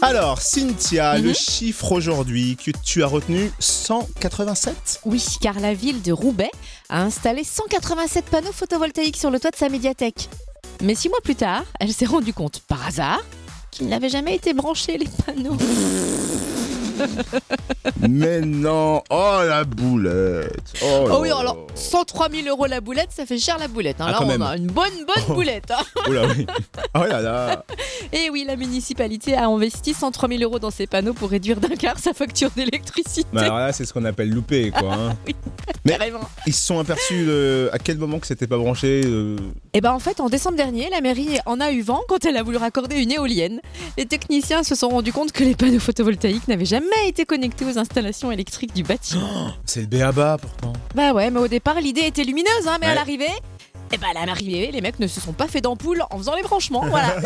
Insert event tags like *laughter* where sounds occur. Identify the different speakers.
Speaker 1: Alors, Cynthia, le
Speaker 2: Mhm.
Speaker 1: chiffre aujourd'hui que tu as retenu 187
Speaker 2: Oui, car la ville de Roubaix a installé 187 panneaux photovoltaïques sur le toit de sa médiathèque. Mais six mois plus tard, elle s'est rendue compte, par hasard, qu'ils n'avaient jamais été branchés, les panneaux.
Speaker 1: Mais non Oh la boulette Oh, là
Speaker 2: Oh oui,
Speaker 1: là.
Speaker 2: alors 103 000 euros la boulette, ça fait cher la boulette. hein.
Speaker 1: Ah,
Speaker 2: Là,
Speaker 1: quand
Speaker 2: on
Speaker 1: même.
Speaker 2: a une bonne, bonne
Speaker 1: Oh.
Speaker 2: boulette. hein.
Speaker 1: Oh là oui Oh là
Speaker 2: *laughs*
Speaker 1: là
Speaker 2: Et oui, la municipalité a investi 103 000 euros dans ces panneaux pour réduire d'un quart sa facture d'électricité.
Speaker 1: Mais Bah, alors là, c'est ce qu'on appelle loupé, quoi. hein. mais-
Speaker 2: Carrément.
Speaker 1: Ils se sont aperçus euh, à quel moment que c'était pas branché euh,
Speaker 2: Et ben en fait, en décembre dernier, la mairie en a eu vent quand elle a voulu raccorder une éolienne. Les techniciens se sont rendus compte que les panneaux photovoltaïques n'avaient jamais été connectés aux installations électriques du bâtiment.
Speaker 1: C'est le béaba pourtant.
Speaker 2: bah ouais, mais au départ, l'idée était lumineuse, hein, mais à
Speaker 1: Ouais.
Speaker 2: l'arrivée. eh Et ben à l'arrivée, les mecs ne se sont pas fait d'ampoule en faisant les branchements, voilà.